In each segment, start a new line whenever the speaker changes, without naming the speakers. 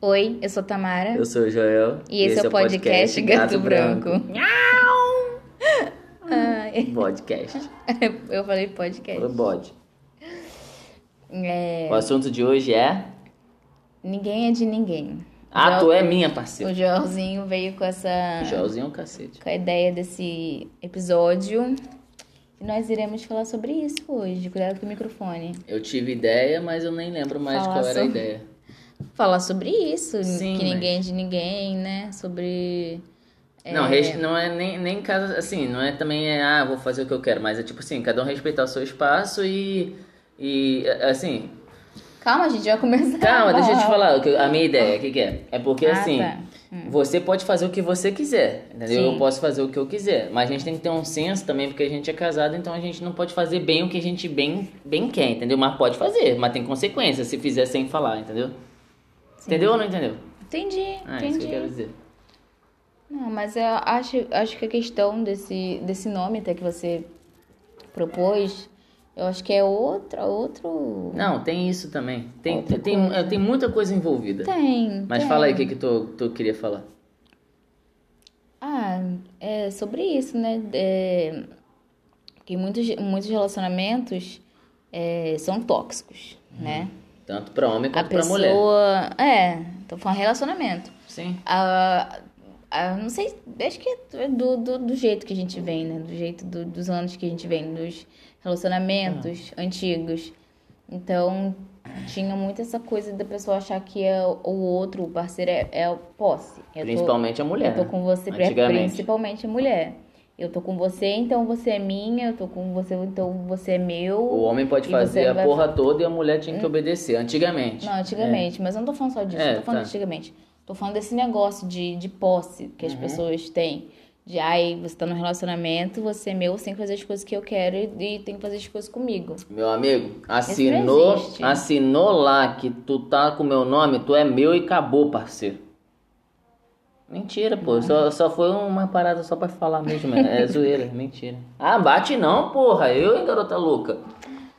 Oi, eu sou Tamara.
Eu sou o Joel.
E esse, é o podcast, Gato, Branco. Ai,
Um Podcast.
eu falei podcast.
Ou bode.
É,
O assunto de hoje é.
ninguém é de ninguém.
Ah,
Joel-
tu é minha
O
parceira.
Joelzinho veio com essa.
Joelzinho é um cacete.
com a ideia desse episódio. E nós iremos falar sobre isso hoje. Cuidado com o microfone.
Eu tive ideia, mas eu nem lembro mais
Falar
qual era a
sobre-
ideia.
Falar sobre isso,
Sim,
que
mas-
ninguém é de ninguém, né? Sobre.
Não, res- não é nem, nem caso assim, não é também é, ah, vou fazer o que eu quero, mas é tipo assim, cada um respeitar o seu espaço e. E a- assim.
Calma, gente, vai começar.
Calma, deixa eu te falar o que- a minha ideia, o que, que é? É porque
Tá Ah,
assim.
tá.
Você pode fazer o que você quiser, entendeu?
Sim.
Eu posso fazer o que eu quiser. Mas a gente tem que ter um senso também, porque a gente é casado, então a gente não pode fazer bem o que a gente bem, bem quer, entendeu? Mas pode fazer, mas tem consequência se fizer sem falar, entendeu? Entendeu ou não entendeu?
Entendi,
Ah, isso que eu
entendi.
quero dizer.
Não, mas eu acho, acho que a questão desse, desse nome até que você propôs, eu acho que é outra, outro.
Não, tem isso também. Tem,
Outra
tem, tem,
coisa.
é, tem muita coisa envolvida.
Tem.
Mas
tem.
fala aí o que, que tu, tu queria falar.
Ah, é sobre isso, né? É, que muitos, muitos relacionamentos é, são tóxicos, né?
Tanto pra homem
A
quanto pra mulher.
pessoa. É, tô falando relacionamento.
Sim.
Ah, ah, não sei, acho que é do, do, do jeito que a gente vem, né? Do jeito do- dos anos que a gente vem, dos relacionamentos
Ah.
antigos. Então, tinha muito essa coisa da pessoa achar que é o o outro, o parceiro, é, é o posse. Eu tô,
Principalmente a mulher.
eu tô
né?
com você, pri-
Antigamente.
principalmente mulher. Eu tô com você, então você é minha. Eu tô com você, então você é meu.
O homem pode
E
fazer
você
a
vai- Hum?
porra toda e a mulher tinha que obedecer, antigamente.
Não, antigamente, mas eu não tô falando só disso,
É,
não tô falando
tá.
de antigamente. Tô falando desse negócio de, de posse que as
Uhum.
pessoas têm. De ai, você tá num relacionamento, você é meu, você tem que fazer as coisas que eu quero e, e tem que fazer as coisas comigo.
Meu amigo, assinou,
existe.
assinou lá que tu tá com meu nome, tu é meu e acabou, parceiro. Mentira, pô.
Ah.
Só, só foi uma parada só pra falar mesmo. É zoeira, mentira. Ah, bate não, porra. Eu, hein, garota louca.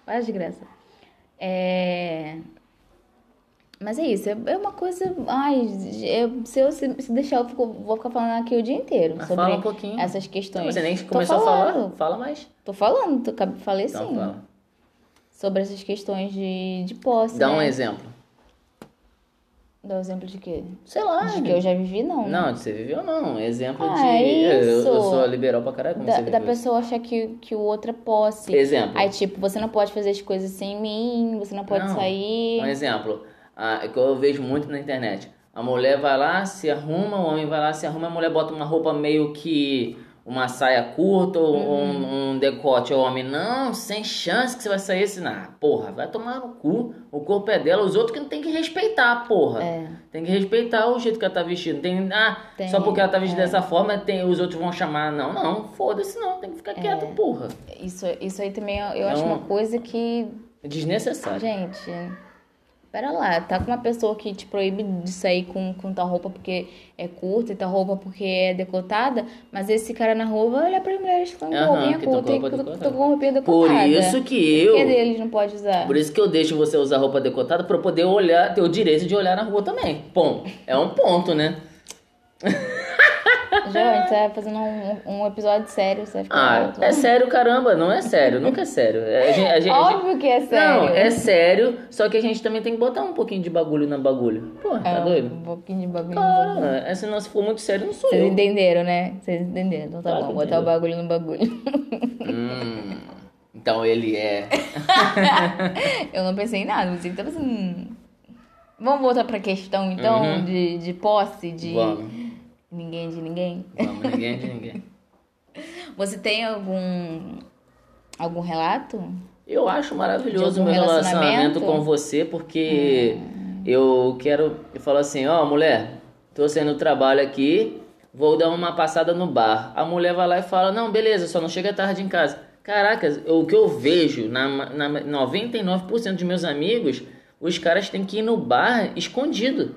Para de graça. É. Mas é isso, é é uma coisa. Ai, eu- se eu se, se deixar, eu fico- vou ficar falando aqui o dia inteiro
Mas
sobre
fala um pouquinho.
essas
Então,
questões.
você nem
Tô
começou a falar.
falando.
Fala mais.
Tô falando, tô, acabei- falei
Então,
sim.
fala.
Sobre essas questões de, de posse.
Dá
né?
um exemplo.
Dá um exemplo de quê?
Sei lá.
De que eu já vivi, não. né?
Não, de você viveu não. Exemplo
Ah,
de. Eu, eu
isso.
sou liberal pra caralho. Como
Da,
você
da
viveu?
pessoa achar que, que o outro é posse.
Exemplo.
Aí, tipo, você não pode fazer as coisas sem mim, você não pode
Não.
sair.
Um exemplo, a, é que eu vejo muito na internet. A mulher vai lá, se arruma, o homem vai lá, se arruma, a mulher bota uma roupa meio que uma saia curta ou
Uhum.
um, um decote. O homem, não, sem chance que você vai sair assim. Ah, porra, vai tomar no cu. O corpo é dela, os outros que não tem que respeitar, porra.
É.
Tem que respeitar o jeito que ela tá vestindo. Tem, ah,
Tem, é.
só porque ela tá vestida dessa forma, tem, os outros vão chamar. Não, não, foda-se não, tem que
É.
ficar quieto, porra.
Isso, isso aí também eu, eu
É
acho
um-
uma coisa que.
É Desnecessário.
Gente. Pera lá, tá com uma pessoa que te proíbe de sair com, com tal roupa porque é curta e tal roupa porque é decotada, mas esse cara na rua vai olhar pras mulheres que estão com
Aham,
roupinha
que tão com
curta e
roupa
que
decotada.
estão com roupinha
Por
decotada.
isso que
Por
eu.
que deles não pode usar?
Por isso que eu deixo você usar roupa decotada pra eu poder olhar, ter o direito de olhar na rua também. Bom, é um ponto, né?
Jovem, você vai fazendo um, um episódio sério, você vai ficar.
Ah, é sério, caramba, não é sério, nunca é sério. É, a gente- a gente- a gente-
Óbvio que é sério.
Não, é sério, só que a gente também tem que botar um pouquinho de bagulho na bagulho. Pô, tá
É,
doido?
Um pouquinho de bagulho.
Claro, é, senão se for muito sério, não sou
Vocês
eu.
entenderam, né? Vocês entenderam. Então tá
Claro
bom,
que
botar o
entendeu.
bagulho no bagulho.
Hum, então ele é.
Eu não pensei em nada, você tá pensando. hum. Vamos voltar pra questão então
Uhum.
de, de posse, de
Vamos,
ninguém de ninguém.
vamos, ninguém é de ninguém.
Você tem algum. algum relato?
Eu acho
De
maravilhoso o
algum
meu relacionamento
relacionamento? Hum.
com você, porque eu quero. Eu falo assim, ó, mulher, tô saindo do trabalho aqui, vou dar uma passada no bar. A mulher vai lá e fala, não, beleza, só não chega tarde em casa. Caraca, o que eu vejo na, ma- na ma- 99% dos meus amigos, os caras têm que ir no bar escondido.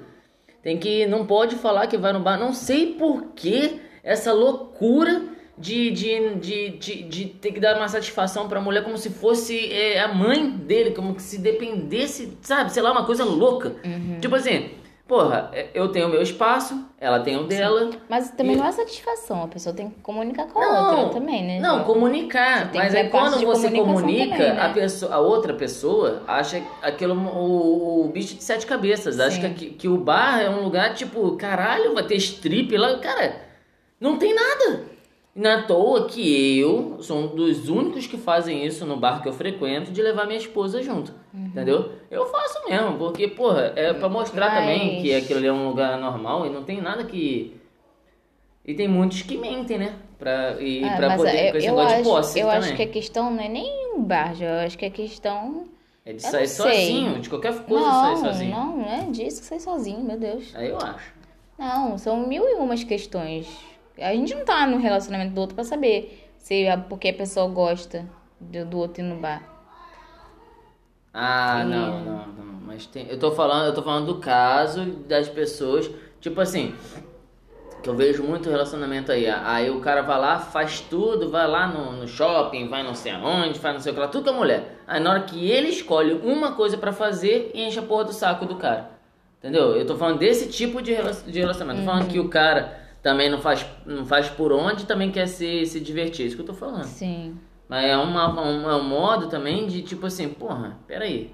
Tem que. Não pode falar que vai no bar. Não sei por que essa loucura de, de, de, de, de ter que dar uma satisfação pra mulher como se fosse é, a mãe dele, como que se dependesse, sabe? Sei lá, uma coisa louca. Tipo assim, Porra, eu tenho o meu espaço, ela tem o dela.
Mas também
E-
não é satisfação, a pessoa tem que comunicar com a
Não,
outra também, né?
Não,
Você
comunicar.
tem
Mas
que
aí
ter parte
quando
de
você
comunicação
comunica,
também, né?
a, pessoa, a outra pessoa acha aquilo um- o, o bicho de sete cabeças. Acha
Sim.
que, que o bar é um lugar tipo, caralho, vai ter strip lá. Cara, não tem nada. E Não é à toa que eu sou um dos únicos que fazem isso no bar que eu frequento, de levar minha esposa junto.
Uhum.
Entendeu? Eu faço mesmo, porque, porra, é pra mostrar
Mas-
também que aquilo ali é um lugar normal e não tem nada que. E tem muitos que mentem, né? Pra, e
Ah,
pra
mas
poder.
eu,
com esse
eu
negócio
acho,
de posse
eu
também.
acho que a questão não é nem um barjo, eu acho que a questão.
É de
eu
sair
não sei.
sozinho, de qualquer coisa
não,
sair sozinho.
não, não é disso que sai sozinho, meu Deus.
Aí eu acho.
Não, são mil e umas questões. A gente não tá no relacionamento do outro pra saber se é porque a pessoa gosta do, do outro ir no bar.
Ah,
Sim.
não, não, não. Mas tem. Eu tô falando, eu tô falando do caso das pessoas. Tipo assim. Que eu vejo muito relacionamento aí. Aí o cara vai lá, faz tudo, vai lá no, no shopping, vai não sei aonde, faz não sei o que lá, tudo com a mulher. Aí na hora que ele escolhe uma coisa pra fazer e enche a porra do saco do cara. Entendeu? Eu tô falando desse tipo de rela- de relacionamento. Tô falando que o cara também não faz, não faz por onde e também quer se, se divertir. É Isso que eu tô falando.
Sim.
Mas é uma, um, é um modo também de tipo assim, porra, peraí.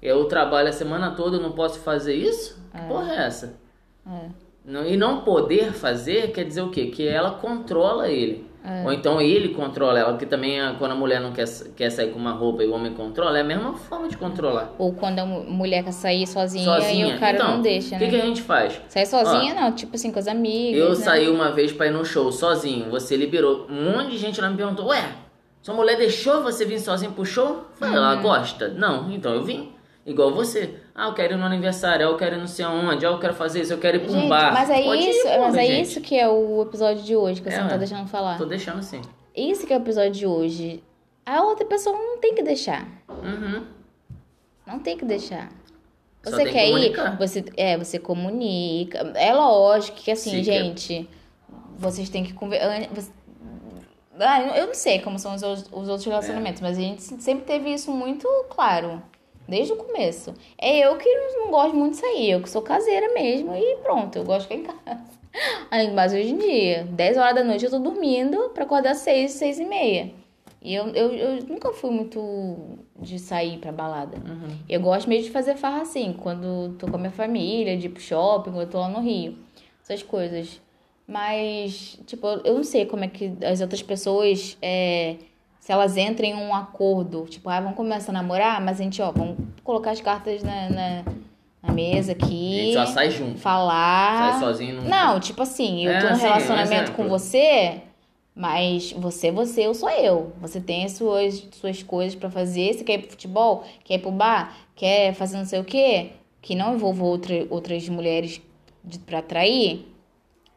Eu trabalho a semana toda, eu não posso fazer isso? Que porra é essa?
É.
Não- E não poder fazer quer dizer o quê? Que ela controla ele.
É.
Ou então ele controla ela, porque também a- quando a mulher não quer, sa- quer sair com uma roupa e o homem controla, é a mesma forma de controlar.
Ou quando a mu- mulher quer sair sozinha,
Sozinha.
e o cara
então,
não deixa,
O
né?
que, que a gente faz?
Sair sozinha, não, tipo assim, com as amigas.
Eu
né?
saí uma vez pra ir num show sozinho, você liberou. Um monte de gente lá me perguntou: Ué, sua mulher deixou você vir sozinho pro show? Eu Falei,
Uhum.
ela gosta? Não, então eu vim. Igual você. Ah, eu quero ir no aniversário, ah, eu quero ir não sei aonde, ah, eu quero fazer isso, eu quero ir pra um
Gente,
bar.
mas é
Pode ir,
isso,
porra,
mas é
gente.
isso que é o episódio de hoje, que você
É,
não tá
ué.
deixando falar.
Tô deixando assim.
Isso que é o episódio de hoje. A outra pessoa não tem que deixar.
Uhum.
Não tem que deixar.
Só
Você
tem que
quer ir?
comunicar.
Você, é, você comunica. É lógico que assim,
Sim, que é-
gente, vocês têm que conversar. Ah, eu- eu não sei como são os, os os outros
É.
relacionamentos, mas a gente se- sempre teve isso muito claro. Desde o começo. É eu que não não gosto muito de sair, eu que sou caseira mesmo e pronto, eu gosto de ficar em casa. Aí, Mas hoje em dia, 10 horas da noite eu tô dormindo pra acordar 6, 6 e meia. E eu, eu, eu nunca fui muito de sair pra balada. Eu gosto mesmo de fazer farra assim, quando tô com a minha família, de ir pro shopping, quando eu tô lá no Rio. Essas coisas. Mas, tipo, eu eu não sei como é que as outras pessoas, é, se elas entram em um acordo. Tipo, ah, vamos começar a namorar, mas a gente, ó, vamos colocar as cartas na, na, na mesa
A
aqui.
gente só sai junto.
Falar.
Sai sozinho. Não...
Ah. Não, tipo assim, eu
É,
tô num
assim, um
relacionamento
exemplo.
com você, mas você é você, eu sou eu. Você tem as suas, suas coisas pra fazer. Você quer ir pro futebol? Quer ir pro bar? Quer fazer não sei o quê? Que não envolva outra, outras mulheres de, pra atrair?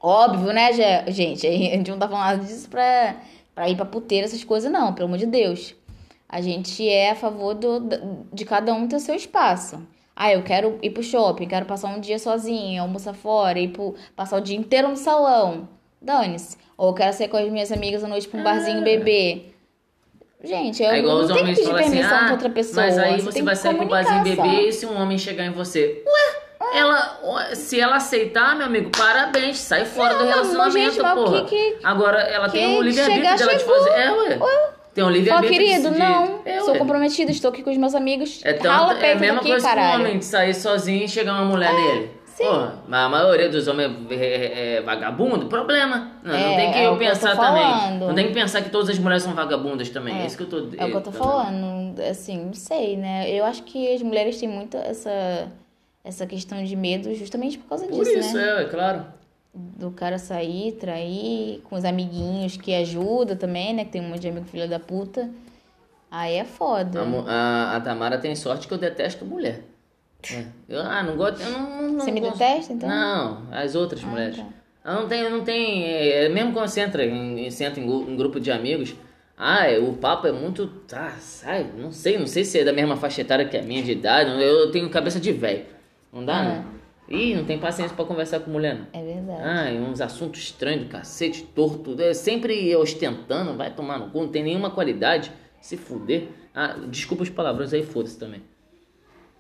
Óbvio, né, Gé- gente? A gente não tá falando nada disso pra, pra ir pra puteira, essas coisas, não, pelo amor de Deus. A gente é a favor do, da- de cada um ter o seu espaço. Ah, eu quero ir pro shopping, quero passar um dia sozinha, almoçar fora, ir pro, passar o dia inteiro no salão. Dane-se. Ou eu quero sair com as minhas amigas à noite pra um barzinho beber. Gente, eu
Ah. É igual
não
os
tenho que
homens
pedir
falam assim,
permissão
ah,
pra outra pessoa.
mas aí
tem
você
que
vai sair com o
comunicar
barzinho
só.
bebê e se um homem chegar em você, ué, ela, ué, se ela aceitar, meu amigo, parabéns, sai fora
Ah,
do
Não, mas,
relacionamento,
gente, mas
porra.
o que que...
Agora ela
que
tem um livre-arbítrio
chegar,
dela de
chegou.
fazer. É, ué. Tem um
Fala,
livre-arbítrio de
querido,
decidir.
não,
É,
sou
ué.
comprometido, estou aqui com os meus amigos,
É, tanto,
rala
é a
perto
mesma
daqui,
coisa que
caralho. É,
um homem de sair sozinho e chegar uma mulher nele.
sim.
Porra, mas a maioria dos homens é, é- é vagabundo, problema. Não, não
É,
tem que
é o que eu tô
pensar também.
falando.
Não tem que pensar que todas as mulheres são vagabundas também. É,
É,
isso que eu tô
É o que eu tô falando, assim, não sei, né? Eu acho que as mulheres têm muito essa, essa questão de medo justamente por causa
Por
disso,
isso,
né?
é, é claro.
Do cara sair, trair, com os amiguinhos que ajuda também, né? Que tem um monte de amigo filha da puta. Aí é foda.
A, mu- a- a Tamara tem sorte que eu detesto mulher. É. Eu, ah, não gosto. Eu não, não- não
Você me
gosto.
detesta, então?
Não, as outras mulheres.
tá.
Ah, Não tem, não tem. é, é, mesmo quando você entra em, em- você entra em, gru- em grupo de amigos, ah, é, o papo é muito. Ah, sai, não sei, não sei se é da mesma faixa etária que a minha de idade. não- Eu tenho cabeça de velho. Não dá,
É.
não. Ih, não tem paciência pra conversar com mulher, não.
É verdade.
Ah, e uns assuntos estranhos do cacete, torto, é sempre ostentando, vai tomar no cu, não tem nenhuma qualidade, se fuder. Ah, desculpa os palavrões aí, foda-se também.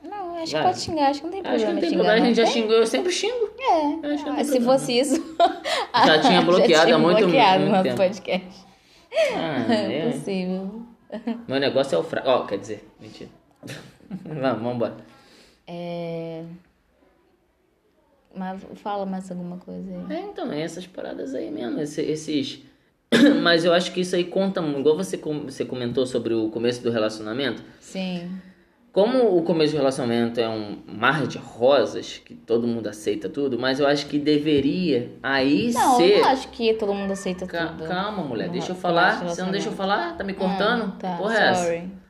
Não, é Acho
Vai.
que pode xingar, acho que não tem problema.
Acho que não tem
xingar,
problema, a gente já
tem?
xingou, eu sempre xingo.
É.
Acho que não
Ah,
tem
se
problema.
fosse isso.
Já tinha bloqueado há muito-
bloqueado
muito
nosso
tempo.
podcast.
Ah,
É
é.
possível.
Meu negócio é o fraco. Ó, quer dizer, mentira. vamos, vamos embora.
É. Mas fala mais alguma coisa aí.
É, então, é essas paradas aí mesmo, esse- esses. Mas eu acho que isso aí conta muito. Igual você, com- você comentou sobre o começo do relacionamento.
Sim.
Como o começo do relacionamento é um mar de rosas, que todo mundo aceita tudo, mas eu acho que deveria aí
Não,
ser.
eu não acho que todo mundo aceita
Ca-
tudo.
Calma, mulher,
No
deixa eu
relacionamento.
falar. Você não deixa eu falar? Tá me cortando?
Ah, tá,
Porra, é essa?
sorry.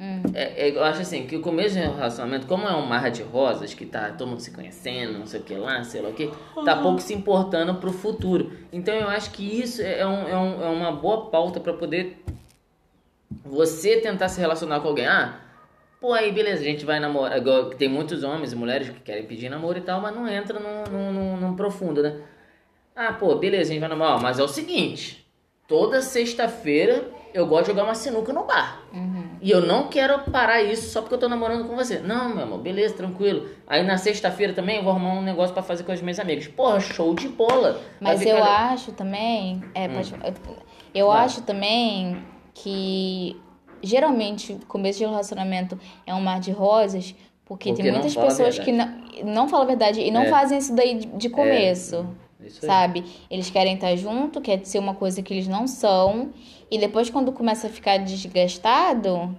Hum.
É, é, eu acho assim, que o começo do relacionamento, como é um mar de rosas, que tá todo mundo se conhecendo, não sei o que lá, sei lá o que, tá pouco se importando pro futuro. Então eu acho que isso é, um- é um- é uma boa pauta pra poder você tentar se relacionar com alguém. Ah, pô, aí beleza, a gente vai namorar. Igual Tem muitos homens e mulheres que querem pedir namoro e tal, mas não entra num, num- num- num profundo, né? Ah, pô, beleza, a gente vai namorar. Ó, Mas é o seguinte, toda sexta-feira eu gosto de jogar uma sinuca no bar.
Uhum.
E eu não quero parar isso só porque eu tô namorando com você. Não, meu amor, beleza, tranquilo. Aí na sexta-feira também eu vou arrumar um negócio pra fazer com os meus amigos. Porra, show de bola. Vai
Mas
ficar
eu
le-
acho também. É, pode- eu
Hum. Vai.
acho também que geralmente o começo de relacionamento é um mar de rosas, porque,
Porque
tem
não
muitas
fala a
pessoas que não, não falam a verdade e não
É.
fazem isso daí de, de começo.
Isso aí.
Sabe? Eles querem estar junto, quer ser uma coisa que eles não são. E depois, quando começa a ficar desgastado,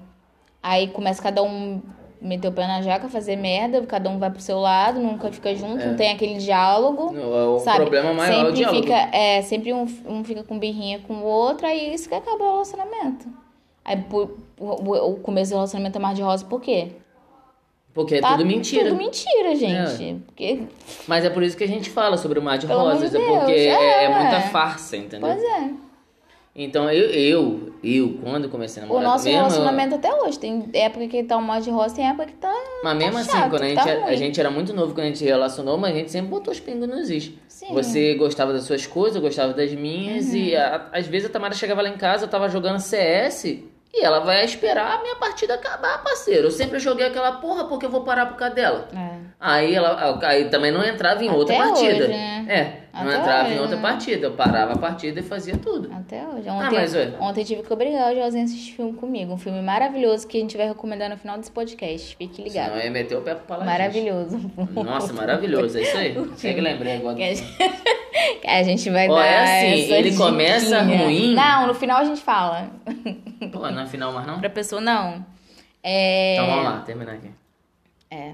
aí começa cada um meter o pé na jaca, fazer merda, cada um vai pro seu lado, nunca fica junto, não tem aquele diálogo.
O, o
sabe?
É. problema maior é o
sempre
diálogo.
fica, é, sempre um, um fica com birrinha com o outro, aí isso que acaba o relacionamento. Aí por- o, o- o começo do relacionamento é mais de rosa, por quê?
Porque é tudo mentira.
tá Tudo mentira, gente. Porque,
Mas é por isso que a gente fala sobre o Mar de
Pelo amor
Rosas.
de
é porque
Deus,
é,
é,
é muita
ué.
farsa, entendeu?
pois é.
Então eu, eu, eu, quando eu comecei a
O
namorar
nosso
mesmo, eu-
relacionamento até hoje. Tem época que tá um monte de rosa, tem época que tá.
Mas mesmo
tá
assim,
chato,
quando a gente,
tá
era- a
ruim.
gente era muito novo, quando a gente se relacionou, mas a gente sempre botou os pingos nos is.
Sim. Uhum.
Você gostava das suas coisas, eu gostava das minhas. E a- às vezes a Tamara chegava lá em casa, eu tava jogando CS. E ela vai esperar a minha partida acabar, parceiro. Eu sempre joguei aquela porra porque eu vou parar por causa dela.
É.
Aí ela ah, aí também não entrava em outra
Até
partida.
hoje, né?
É, não
Até
entrava em
hoje,
outra
né?
partida. Eu parava a partida e fazia tudo.
Até hoje.
Ah,
Ontem,
mas ué.
ontem tive que obrigar o Josinho a assistir filme comigo. Um filme maravilhoso que a gente vai recomendar no final desse podcast. Fique ligado.
Senão eu ia meter o pé pro paladins.
maravilhoso.
Nossa, maravilhoso. É isso aí. Chega e lembrei agora.
Que a gente, que a gente vai
Ó,
dar.
é assim,
essa
ele começa
diquinha.
ruim.
Não, no final a gente fala.
Pô, não é final mais não?
Pra pessoa, não. É.
Então vamos lá, terminar aqui.
É.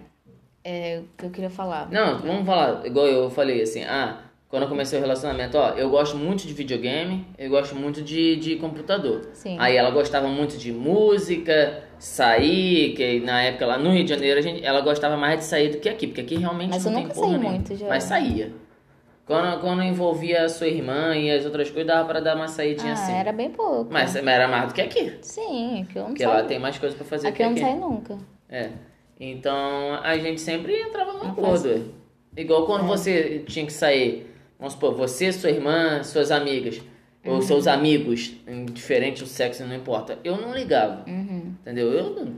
É o que eu queria falar.
Não, vamos falar, igual eu falei assim, ah, quando eu comecei o relacionamento, ó, eu gosto muito de videogame, eu gosto muito de, de computador.
Sim.
Aí ela gostava muito de música, sair, que na época lá no Rio de Janeiro, a gente, ela gostava mais de sair do que aqui, porque aqui realmente
Mas
não
eu
tem
nunca
porra
saí
nenhuma.
muito, já.
Mas saía. Quando, quando envolvia a sua irmã e as outras coisas, dava pra dar uma
ah,
saidinha assim.
era bem pouco.
Mas era mais do que aqui.
Sim, que eu não
Porque
sei.
lá tem mais coisa pra fazer
Aqui
que
eu não
aqui.
saio nunca.
É. Então a gente sempre entrava no
Não É.
acordo. Igual quando você tinha que sair, vamos supor, você, sua irmã, suas amigas,
Uhum.
ou seus amigos, indiferente o sexo, não importa. Eu não ligava,
Uhum.
entendeu? Eu, não-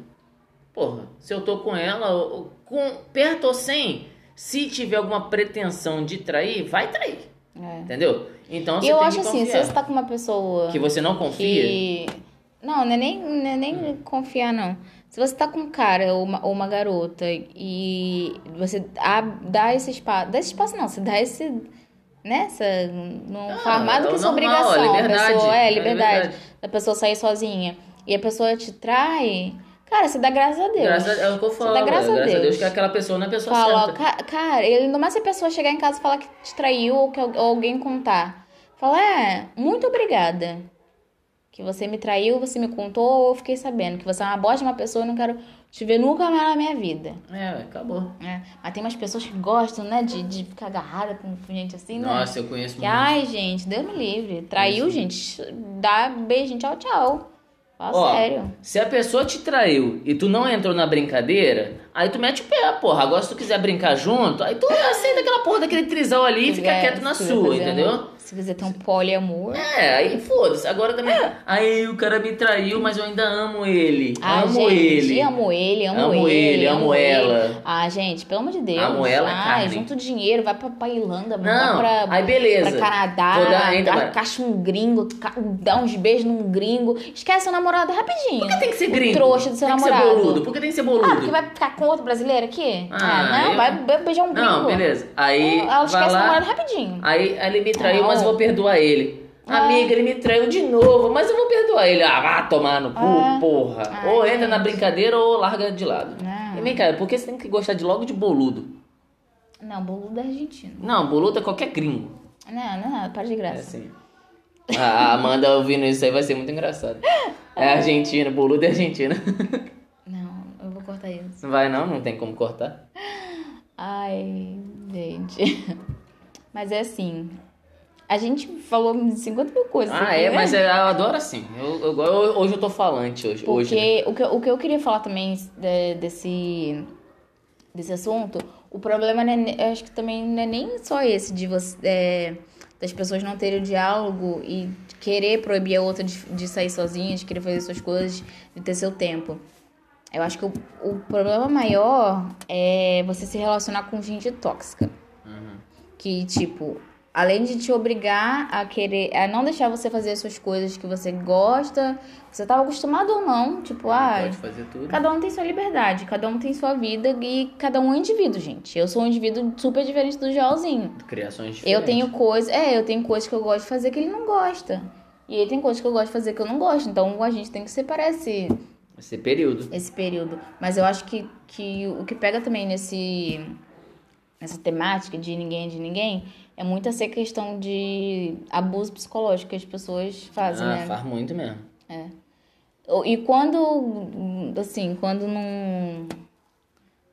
porra, se eu tô com ela, ou- ou com, perto ou sem, se tiver alguma pretensão de trair, vai trair,
É.
entendeu? Então
E
você
eu
tem
acho
que
assim,
confiar.
se você tá com uma pessoa
Que você não confia,
que. Não, não é nem, não é nem confiar, não. Se você tá com um cara ou uma, ou uma garota e você a- dá esse espaço. Dá esse espaço, não, você dá esse. Né? Essa, não
Ah,
faz mais do um
é
que
o
sua
normal,
obrigação.
é
a
liberdade,
pessoa,
é
é, liberdade.
liberdade.
Da pessoa sair sozinha. E a pessoa te trai. Cara, você dá graças a Deus.
graças a, é o que eu
Você
falo,
dá graças a Deus.
que aquela pessoa não é a pessoa
Fala, ó,
certa.
"Ca- cara, ele não mais se a pessoa chegar em casa e falar que te traiu ou que al- ou alguém contar. Fala, é, muito obrigada. Que você me traiu, você me contou, eu fiquei sabendo. Que você é uma bosta, uma pessoa, eu não quero te ver nunca mais na minha vida.
É, acabou.
né? Mas tem umas pessoas que gostam, né, de, de ficar agarrada com gente assim, né?
Nossa, eu conheço
Que,
muito.
ai, gente, Deus me livre. Traiu, gente, dá beijo, tchau, tchau. Fala
Ó,
sério.
se a pessoa te traiu e tu não entrou na brincadeira, Aí tu mete o pé, porra. Agora se tu quiser brincar junto, aí tu aceita aquela porra daquele trisal ali e
Se
fica
quiser-
quieto na
É, se quiser
sua,
fazer um-
entendeu?
se quiser ter um poliamor.
É, aí foda-se. Agora também.
É.
Aí o cara me traiu, mas eu ainda amo ele.
Ah,
amo
gente,
ele.
amo ele, amo,
Amo ele, amo
ele.
ela.
Ah, gente, pelo amor de Deus.
Amo ela,
Ah,
carne.
junta o dinheiro, vai pra, pra Irlanda,
Não,
vai pra,
aí beleza.
pra Canadá,
Vou dar ainda,
dá-
vai.
caça um gringo, ca- dá uns beijos num gringo. Esquece o namorado é rapidinho.
Por que tem que ser
O
gringo?
trouxa do seu
tem Que
namorado.
ser boludo. Por que tem que ser boludo?
Ah, porque vai ficar com outro brasileiro aqui?
Ah,
Ah, não,
eu-
vai be- beijar um gringo.
Não, beleza. Aí
Ah, Ela
vai
esquece o
lá.
namorado rapidinho.
Aí ele me traiu,
Não.
mas eu vou perdoar ele.
Ah.
Amiga, ele me traiu de novo, mas eu vou perdoar ele. Ah, vá tomar no cu,
Ah.
porra.
Ai,
ou entra
gente.
na brincadeira ou larga de lado.
Ah.
E vem cá, por que você tem que gostar de logo de boludo?
Não, boludo da Argentina.
Não, boludo é qualquer gringo.
Não, não, não, para de
É
graça.
assim. Ah, A a Amanda ouvindo isso aí vai ser muito engraçado.
Ah.
É argentina, boludo é argentina.
Não, eu vou cortar isso.
Não vai não, não tem como cortar.
Ai, gente. Mas é assim. A gente falou 50 mil coisas.
Ah,
aqui,
é,
né?
mas eu adoro assim. Eu, eu, eu- hoje eu tô falante hoje. hoje né?
Porque o que, eu- o que eu queria falar também de- desse, desse assunto, o problema, não é ne- eu acho que também não é nem só esse de você, é, das pessoas não terem o diálogo e querer proibir a outra de, de sair sozinha, de querer fazer suas coisas, de ter seu tempo. Eu acho que o, o problema maior é você se relacionar com gente tóxica. Que, tipo, além de te obrigar a querer, a não deixar você fazer as suas coisas que você gosta, que você tava acostumado ou não, tipo, ah,
Pode fazer tudo.
cada um tem sua liberdade, cada um tem sua vida e cada um é um indivíduo, gente. Eu sou um indivíduo super diferente do Joãozinho.
Criações diferentes.
Eu tenho coisas, é, eu tenho coisas que eu gosto de fazer que ele não gosta. E ele tem coisas que eu gosto de fazer que eu não gosto. Então a gente tem que separar esse,
Esse período.
esse período. Mas eu acho que, que o que pega também nesse nessa temática de ninguém é de ninguém é muito essa questão de abuso psicológico que as pessoas fazem,
ah,
né?
faz muito mesmo.
O- E quando, assim, quando não,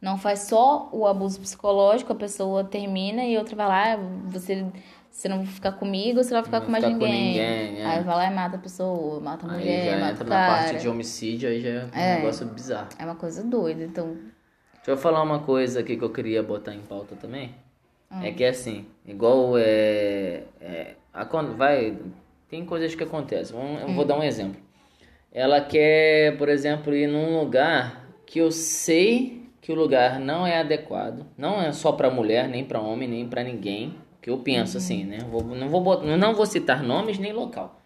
não faz só o abuso psicológico, a pessoa termina e outra vai lá, "Ah, você, você não vai ficar comigo, você vai ficar
Não
com mais
ficar com
ninguém.
ninguém, é.
Aí vai lá e mata a pessoa, mata a
Aí
mulher,
já
mata
entra
o
na
cara.
parte de homicídio, aí já é um
É.
negócio bizarro.
É uma coisa doida, então.
Deixa eu falar uma coisa aqui que eu queria botar em pauta também. É que assim, igual é. é, acon- vai. Tem coisas que acontecem. Vamos- Eu vou dar um exemplo. Ela quer, por exemplo, ir num lugar que eu sei que o lugar não é adequado. Não é só pra mulher, nem pra homem, nem pra ninguém. Que eu penso assim, né? Vou- não, vou, bot- não vou citar nomes nem local.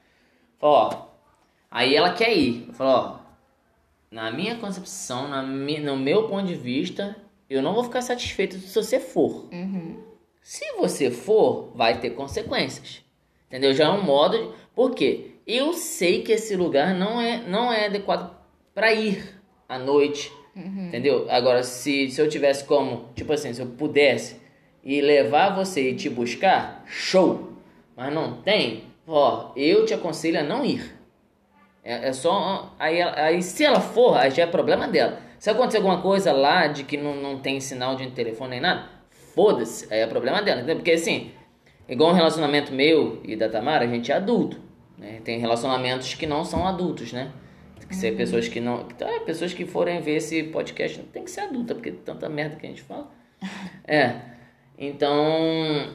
Fala, ó. Aí ela quer ir. Eu falo, ó. Na minha concepção, na mi- no meu ponto de vista, eu não vou ficar satisfeito se você for.
Uhum.
Se você for, vai ter consequências. Entendeu? Já é um modo de... Por quê? Eu sei que esse lugar não é, não é adequado pra ir à noite. Entendeu? Agora, se, se eu tivesse como, tipo assim, se eu pudesse e levar você e te buscar, show! Mas não tem, ó, eu te aconselho a não ir. É, é só. Aí, ela- aí se ela for, aí já é problema dela. Se acontecer alguma coisa lá de que não, não tem sinal de um telefone nem nada, foda-se, aí é problema dela. entendeu? Porque assim, igual um relacionamento meu e da Tamara, a gente é adulto. né? Tem relacionamentos que não são adultos, né? Tem que ser pessoas que não. que- ah, pessoas que forem ver esse podcast tem que ser adulta, porque tanta merda que a gente fala. É. Então.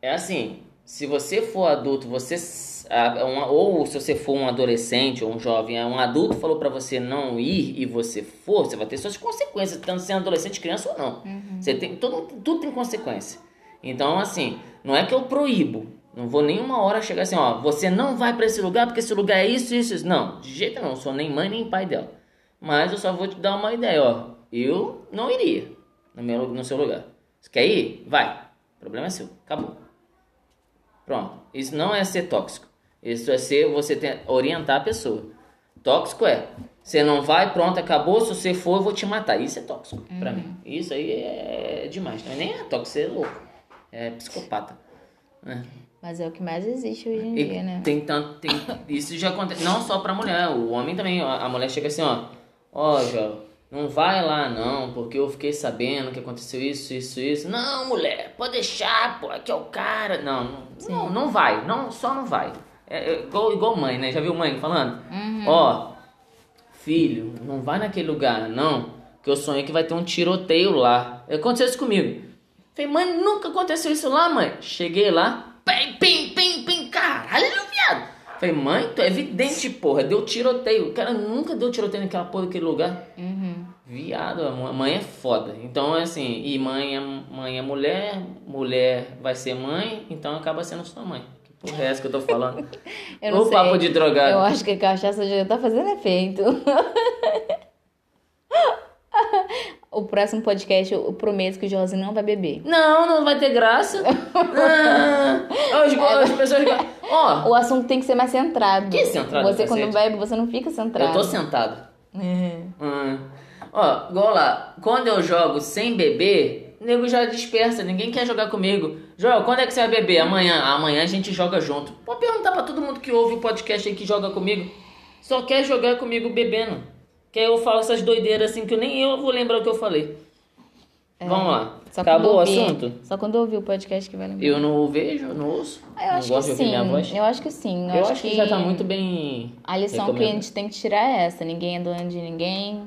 É assim, se você for adulto, você s- a- uma- ou se você for um adolescente ou um jovem, um adulto falou pra você não ir e você for, você vai ter suas consequências, tanto sendo adolescente, criança ou não. Você tem todo, tudo tem consequência. Então assim, não é que eu proíbo, não vou nenhuma hora chegar assim, ó, você não vai pra esse lugar porque esse lugar é isso, isso, isso. Não, de jeito nenhum, eu sou nem mãe nem pai dela. Mas eu só vou te dar uma ideia, ó. Eu não iria no, meu, lu- no seu lugar. Você quer ir? Vai. O problema é seu. Acabou. Pronto. Isso não é ser tóxico. Isso é ser você tem- orientar a pessoa. Tóxico é. Você não vai, pronto, acabou. Se você for, eu vou te matar. Isso é tóxico pra mim. Isso aí é demais. Não é nem é tóxico, você é louco. É psicopata. né?
Mas é o que mais existe hoje em
E
dia, né?
tem tanto. tem- isso já acontece. Não só pra mulher, o homem também. A a mulher chega assim, ó. Ó, Joel, não vai lá não, porque eu fiquei sabendo que aconteceu isso, isso, isso. Não, mulher, pode deixar, pô, aqui é o cara. Não, não, não, não vai. Não, só não vai. É, é igual, igual mãe, né? Já viu mãe falando? Ó, filho, não vai naquele lugar, não. Que eu sonhei que vai ter um tiroteio lá. Aconteceu isso comigo. Falei, mãe, nunca aconteceu isso lá, mãe. Cheguei lá, pim, pim, pim, pim, caralho, viado. Falei, mãe, tu é evidente, porra, deu tiroteio. O cara nunca deu tiroteio naquela porra daquele lugar.
Uhum.
Viado, a mu- mãe é foda. Então, assim, e mãe é, mãe é mulher, mulher vai ser mãe, então acaba sendo sua mãe. Que porra é essa que eu tô falando?
Eu não
Ô,
sei.
papo de drogado.
Eu acho que a cachaça já tá fazendo efeito. o próximo podcast eu prometo que o Jorge não vai beber.
Não, não vai ter graça. Ah, as, as pessoas. Ó,
O assunto tem que ser mais centrado.
Que centrado,
Você
cacete?
quando bebe, você não fica centrado.
eu tô sentado.
É.
Hum. Ó, igual lá, quando eu jogo sem beber, o nego já dispersa, ninguém quer jogar comigo. Joel, quando é que você vai beber? Amanhã. Amanhã a gente joga junto. Vou perguntar pra todo mundo que ouve o podcast aí que joga comigo. Só quer jogar comigo bebendo. Que aí eu falo essas doideiras assim que eu nem eu vou lembrar o que eu falei. Vamos lá.
É. Só quando
Acabou o
ouvir-
assunto?
Só quando eu ouvir o podcast que vai lembrar.
Eu não vejo, não ouço.
Ah, Eu
não
acho
gosto
que
de ouvir
sim.
minha voz.
Eu acho que sim. Eu,
Eu acho que já tá muito bem.
A lição que a
recomendado.
gente tem que tirar é essa: ninguém é dono de ninguém.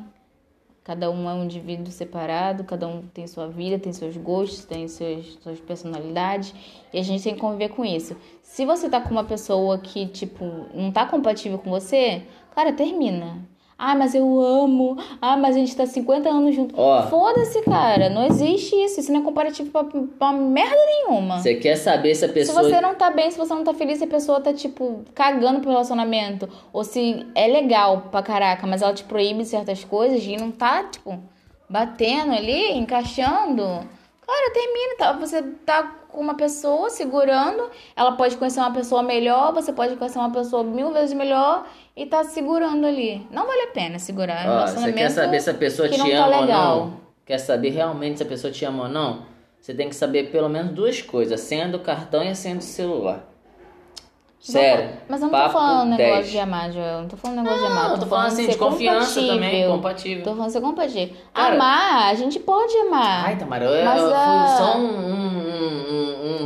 Cada um é um indivíduo separado, cada um tem sua vida, tem seus gostos, tem seus, suas personalidades, e a gente tem que conviver com isso. Se você tá com uma pessoa que, tipo, não tá compatível com você, cara, termina. Ah, mas eu amo. Ah, mas a gente tá 50 anos junto.
Ó.
Foda-se, cara. Não existe isso. Isso não é comparativo pra, pra merda nenhuma.
Você quer saber se a pessoa.
Ah. Se você não tá bem, se você não tá feliz, se a pessoa tá, tipo, cagando pro relacionamento, ou se é legal pra caraca, mas ela te proíbe certas coisas e não tá, tipo, batendo ali, encaixando, cara, termina. Tá? Você tá com uma pessoa segurando, ela pode conhecer uma pessoa melhor, você pode conhecer uma pessoa mil vezes melhor e tá segurando ali. Não vale a pena segurar. É um
Ó, você
relacionamento
quer saber se a pessoa
que
te
não
ama
tá
ou
legal.
não? Quer saber realmente se a pessoa te ama ou não? Você tem que saber pelo menos duas coisas: a senha do cartão e a senha do celular. Sério.
Mas eu não
papo
tô falando
10.
negócio de amar, Joel. Eu Não tô falando negócio de amar.
Não, eu tô falando assim
ser
de confiança
compatível.
também, compatível.
Tô falando ser compatível.
Cara-
amar, a gente pode amar.
Ai, Tamara, eu,
Mas
eu fui
a-
só um, um, um,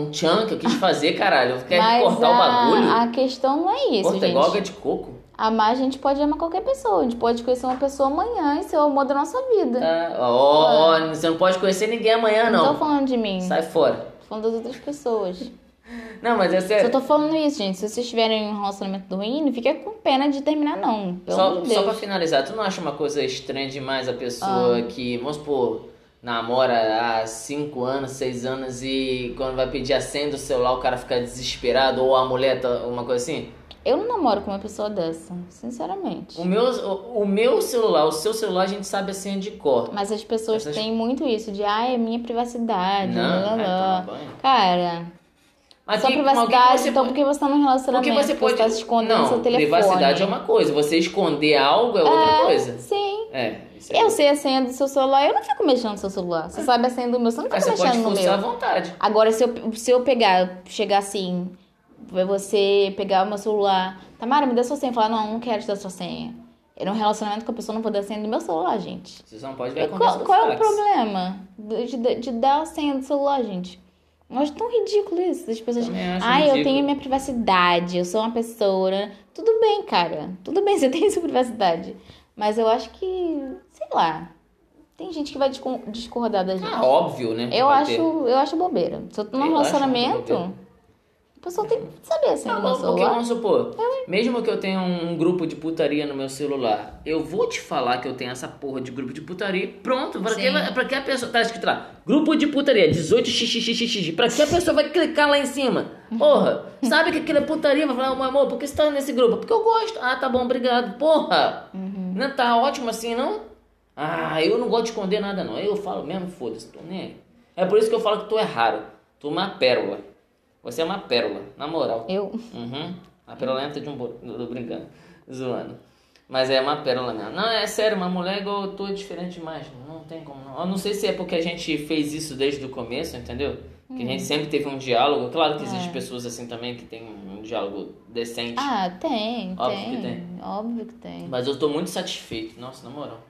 um- um tchan que eu quis fazer, caralho. Eu quero
mas
cortar o
a,
bagulho.
a questão não é isso,
Corta
gente.
igual água de coco.
Amar, a gente pode amar qualquer pessoa. A gente pode conhecer uma pessoa amanhã e ser o amor da nossa vida.
Tá? Ó, ó, você não pode conhecer ninguém amanhã,
Não
Ah, não.
tô falando de mim.
Sai fora.
Tô falando das outras pessoas.
Não, mas é sério.
Só tô falando isso, gente. Se vocês tiverem um relacionamento ruim, não fica com pena de terminar, não. Pelo amor
Só,
de
só
Deus.
pra finalizar, tu não acha uma coisa estranha demais a
Ah.
pessoa que, vamos supor, namora há 5 anos, 6 anos e quando vai pedir a senha do celular o cara fica desesperado ou a mulher, tá- uma coisa assim?
Eu não namoro com uma pessoa dessa, sinceramente.
O meu, o, o meu celular, o seu celular a gente sabe a senha de cor.
Mas as pessoas
Essas-
têm muito isso de, ah, é minha privacidade,
Não,
lá, lá,
tá. vai
lá.
tomar banho.
Cara,
Mas
sua
que- mas o que que
privacidade,
você
então por
pode-
que você tá num
o
relacionamento?
que você pode...
tá se escondendo
não,
seu telefone.
privacidade é uma coisa, você esconder algo é outra coisa.
Sim.
É, isso aí.
Eu sei a senha do seu celular, eu não fico mexendo no seu celular. Você sabe a senha do meu, você não
Mas
fica
você pode
mexendo tá no
forçar à
meu.
vontade.
Agora, se eu, se eu pegar, chegar assim, você pegar o meu celular, Tamara, me dá sua senha. Falar, não, não quero te dar sua senha. Era um relacionamento que a pessoa não pode dar a senha do meu celular, gente.
Você só não pode ver a conversa
Qual,
do
qual é o
fax.
problema de, de- de dar a senha do celular, gente? Eu acho tão ridículo isso. As pessoas.
Também acho
Ai, eu
ridículo.
tenho minha privacidade, eu sou uma pessoa. né?" Tudo bem, cara. Tudo bem, você tem sua privacidade. Mas eu acho que, sei lá. Tem gente que vai discor- discordar da gente.
Ah, óbvio, né? que
eu,
vai
acho,
ter.
eu acho bobeira. Se eu tô num
Eu acho muito
relacionamento,
bobeira.
a pessoa tem que saber assim,
Tá
do meu
bom, porque
celular.
vamos supor, mesmo que eu tenha um grupo de putaria no meu celular, eu vou te falar que eu tenho essa porra de grupo de putaria. Pronto, pra,
Sim.
que, vai- pra que a pessoa. Tá escrito lá, grupo de putaria, 18xxxxx. Pra que a pessoa vai clicar lá em cima? Porra, sabe que aquilo é putaria? Vai falar, meu amor, por que você tá nesse grupo? Porque eu gosto. Ah, tá bom, obrigado. Porra,
Uhum.
não tá ótimo assim, não? Ah, eu não gosto de esconder nada, não. Eu falo mesmo, foda-se, tô nem aí. É por isso que eu falo que tu é raro. Tu é uma pérola. Você é uma pérola, na moral.
Eu.
Uhum. A perolenta de um bolo. Não tô brincando. Zoando. Mas é uma pérola mesmo. Não, é sério, uma mulher igual eu tô é diferente demais. Não tem como não. Eu não sei se é porque a gente fez isso desde o começo, entendeu? Que a gente
Hum.
sempre teve um diálogo. Claro que
É.
existem pessoas assim também que tem um diálogo decente.
Ah, tem,
Óbvio que
tem. Óbvio que tem.
Mas eu tô muito satisfeito. Nossa, na moral.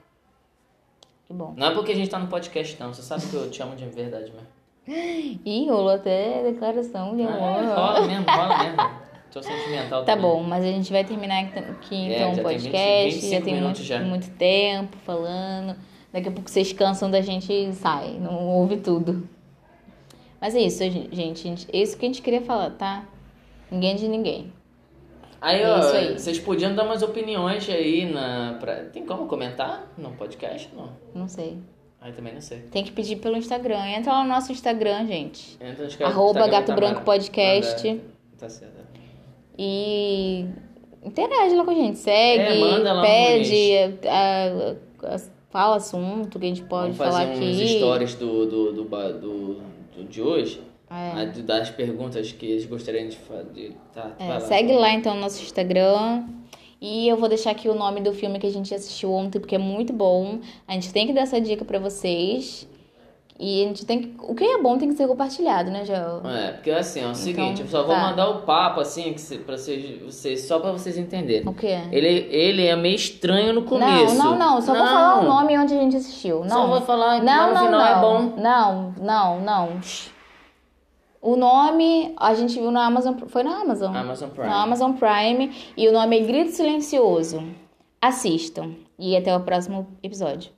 Que bom.
Não é porque a gente tá no podcast, não. Você sabe que eu te amo de verdade mesmo.
Ih, rolou até declaração de
Ah,
amor.
rola mesmo, rola mesmo. Tô sentimental
Tá
também.
bom, mas a gente vai terminar aqui então
É,
o
já tem
podcast.
20,
já tem
25 minutos
muito,
já.
muito tempo falando. Daqui a pouco vocês cansam da gente e sai, não ouve tudo. Mas é isso, gente. É isso que a gente queria falar, tá? Ninguém é de ninguém.
Aí,
É
ó,
isso aí.
vocês podiam dar umas opiniões aí na. pra- Tem como comentar no podcast? Não.
Não sei.
Aí também não sei.
Tem que pedir pelo Instagram. Entra lá no nosso Instagram, gente.
Entra nos
Arroba
é Instagram da
Gato
Tamara.
Branco Podcast.
Manda- Tá certo. é.
E interage lá com a gente. Segue,
É, manda lá
pede, a- a- a- fala assunto que a gente pode
Vamos
falar
fazer uns
aqui.
stories do, do, do, ba- do- do- de hoje.
É.
a- do- Das perguntas que eles gostariam de fazer. Tá,
É,
vai lá.
segue lá então no nosso Instagram. E eu vou deixar aqui o nome do filme que a gente assistiu ontem, porque é muito bom. A gente tem que dar essa dica pra vocês. E a gente tem que. O que é bom tem que ser compartilhado, né, Gel?
É, porque assim, é o seguinte, eu só vou
tá.
mandar o papo assim, que se, pra vocês, vocês, só pra vocês entenderem.
O quê?
Ele, ele é meio estranho no
Então, Não,
começo.
não, não. Só vou falar o nome e onde a gente assistiu. Não.
Só vou falar que lá
Não,
no
não,
final
não.
é bom.
Não, não, não. Shh. O nome a gente viu na Amazon. Foi na Amazon?
Amazon Prime.
Na Amazon Prime. E o nome é Grito Silencioso. Assistam. E até o próximo episódio.